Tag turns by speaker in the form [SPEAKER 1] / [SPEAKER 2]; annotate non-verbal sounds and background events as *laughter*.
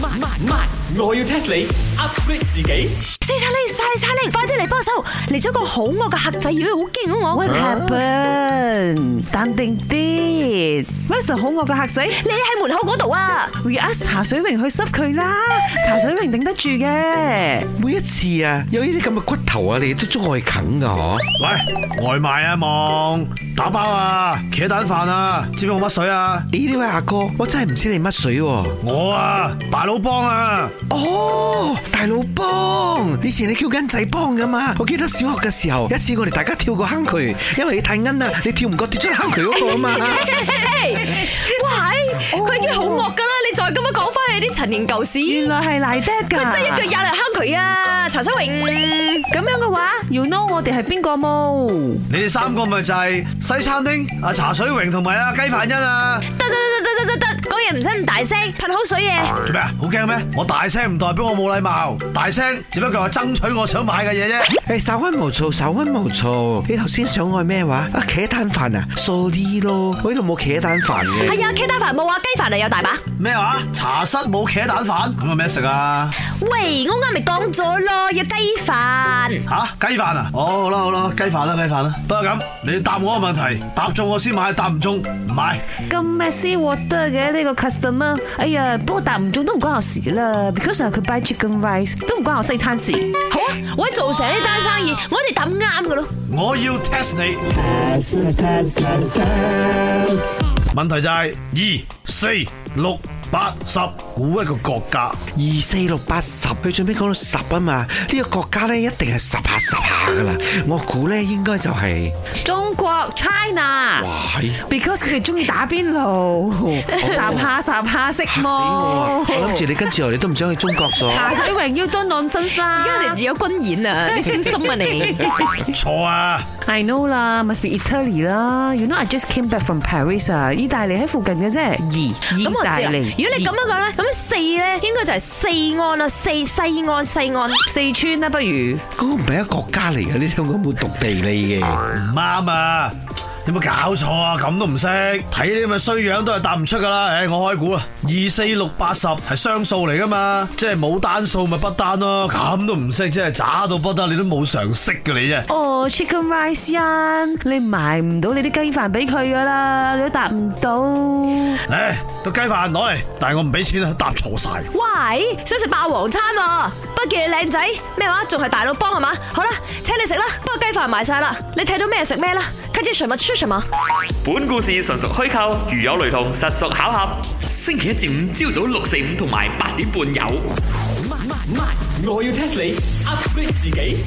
[SPEAKER 1] 慢慢慢，我要 test 你 upgrade 自己。
[SPEAKER 2] 四查零，晒查零，快啲嚟幫手！嚟咗個好惡嘅客仔，以為好驚我。
[SPEAKER 3] What happened？淡定啲，West 好惡嘅客仔
[SPEAKER 2] 你喺門口嗰度啊！
[SPEAKER 3] ，we ask 茶水榮去 serve 佢啦，茶水榮頂得住嘅。
[SPEAKER 4] 每一次啊，有呢啲咁嘅骨頭啊，你都中我去啃噶嗬？
[SPEAKER 5] 喂，外賣啊，望打包啊，茄蛋飯啊，知唔知我乜水啊？
[SPEAKER 4] 咦，呢位阿哥，我真係唔知你乜水喎、
[SPEAKER 5] 我啊，大佬幫啊，
[SPEAKER 4] 哦，大佬幫，以前你叫恩仔幫噶嘛？我記得小學嘅時候，一次我哋大家跳過坑渠，因為你太恩啦，你跳唔過跌咗坑渠嗰個啊嘛。
[SPEAKER 2] 喂，佢已經好惡噶啦！你再咁樣講翻去啲陳年舊事，佢
[SPEAKER 3] 原來係賴爹
[SPEAKER 2] 真
[SPEAKER 3] 㗎，
[SPEAKER 2] 係一腳踩嚟坑佢啊！茶水榮，
[SPEAKER 3] 咁樣嘅話，you know 我哋係邊個冇？
[SPEAKER 5] 你哋三個咪就係西餐廳阿茶水榮同埋阿雞飯欣啊，
[SPEAKER 2] 得得得得得得得，講嘢唔使咁大聲，噴口水嘢。
[SPEAKER 5] 做咩啊？好驚咩？我大聲唔代表我冇禮貌，大聲只不過係爭取我想買嘅嘢啫。
[SPEAKER 4] 誒，稍安勿躁，稍安勿躁。你頭先想愛咩話？啊，茄蛋飯啊，sorry 咯，我呢度冇茄蛋飯嘅。
[SPEAKER 2] 係啊，茄蛋飯冇啊，雞飯啊有大把。
[SPEAKER 5] 咩話？茶室冇茄蛋飯，咁有咩食啊？
[SPEAKER 2] 喂，我啱咪講咗咯，有雞
[SPEAKER 3] 嗯
[SPEAKER 2] 飯。
[SPEAKER 5] 吓，雞飯啊？哦，好啦好啦，雞飯啦雞飯啦。不過咁，你答我個問題，答中我先買，答唔中唔買。
[SPEAKER 3] 咁咩 C water 嘅呢個 customer？哎呀，不過答唔中都唔關我事啦，because 啊佢 buy chicken rice 都唔關我西餐事。啊
[SPEAKER 2] 好啊，我喺做成呢單生意，我哋抌啱噶咯。
[SPEAKER 5] 我要 test 你。問題就係二四六八十，估一個國家。
[SPEAKER 4] 二四六八十，佢最尾講到十啊嘛，呢個國家咧一定係十下十下噶啦。我估咧應該就係，
[SPEAKER 3] 中國 China。
[SPEAKER 4] 哇，哎係嚇
[SPEAKER 3] because 佢哋中意打
[SPEAKER 2] *laughs*
[SPEAKER 3] 邊爐，霎下霎下色
[SPEAKER 4] 死我啊！
[SPEAKER 3] 魔。啊
[SPEAKER 4] 我諗住你跟住落嚟都唔想去中國咗。
[SPEAKER 3] 茶水榮要多 nonsense 啦
[SPEAKER 2] 而家人哋有軍演啊， *laughs* 你小心啊
[SPEAKER 3] *laughs*
[SPEAKER 2] 你。
[SPEAKER 5] 錯啊！
[SPEAKER 3] I know 啦，must be Italy 啦。You know I just came back from Paris 啊，意大利喺附近嘅啫。二，意
[SPEAKER 2] 咁我
[SPEAKER 3] 大
[SPEAKER 2] 知啦。啊
[SPEAKER 3] 利。
[SPEAKER 2] 如果你咁樣講咧，咁四咧應該就係四安啦，四西安西安。
[SPEAKER 3] 四川啦，不如
[SPEAKER 4] 嗰個唔係一個國家嚟嘅，呢香港冇讀地理嘅。
[SPEAKER 5] 唔啱啊！有冇搞錯啊？咁都唔識，睇你咁嘅衰樣都係答唔出噶啦！唉，我開估啦，二四六八十係雙數嚟噶嘛，即係冇單數咪不單咯。咁都唔識，真係渣到不得，你都冇常識嘅你啫。
[SPEAKER 3] 哦 chicken rice 啊，你埋唔到你啲雞飯俾佢噶啦，你都答唔到。
[SPEAKER 5] 唉，個雞飯攞嚟，但係我唔俾錢啊，答錯晒。
[SPEAKER 2] 喂，想食霸王餐啊喎、不過你靚仔咩話？仲係大佬幫係嘛？好啦，請你食啦。不過雞飯賣晒啦，你睇到咩食咩啦？看見什麼吃什麼。
[SPEAKER 6] 本故事純屬虛構，如有雷同，實屬巧合。
[SPEAKER 1] 星期一至五朝早六四五同埋八點半有。慢慢慢，我要 test 你 upgrade 自己。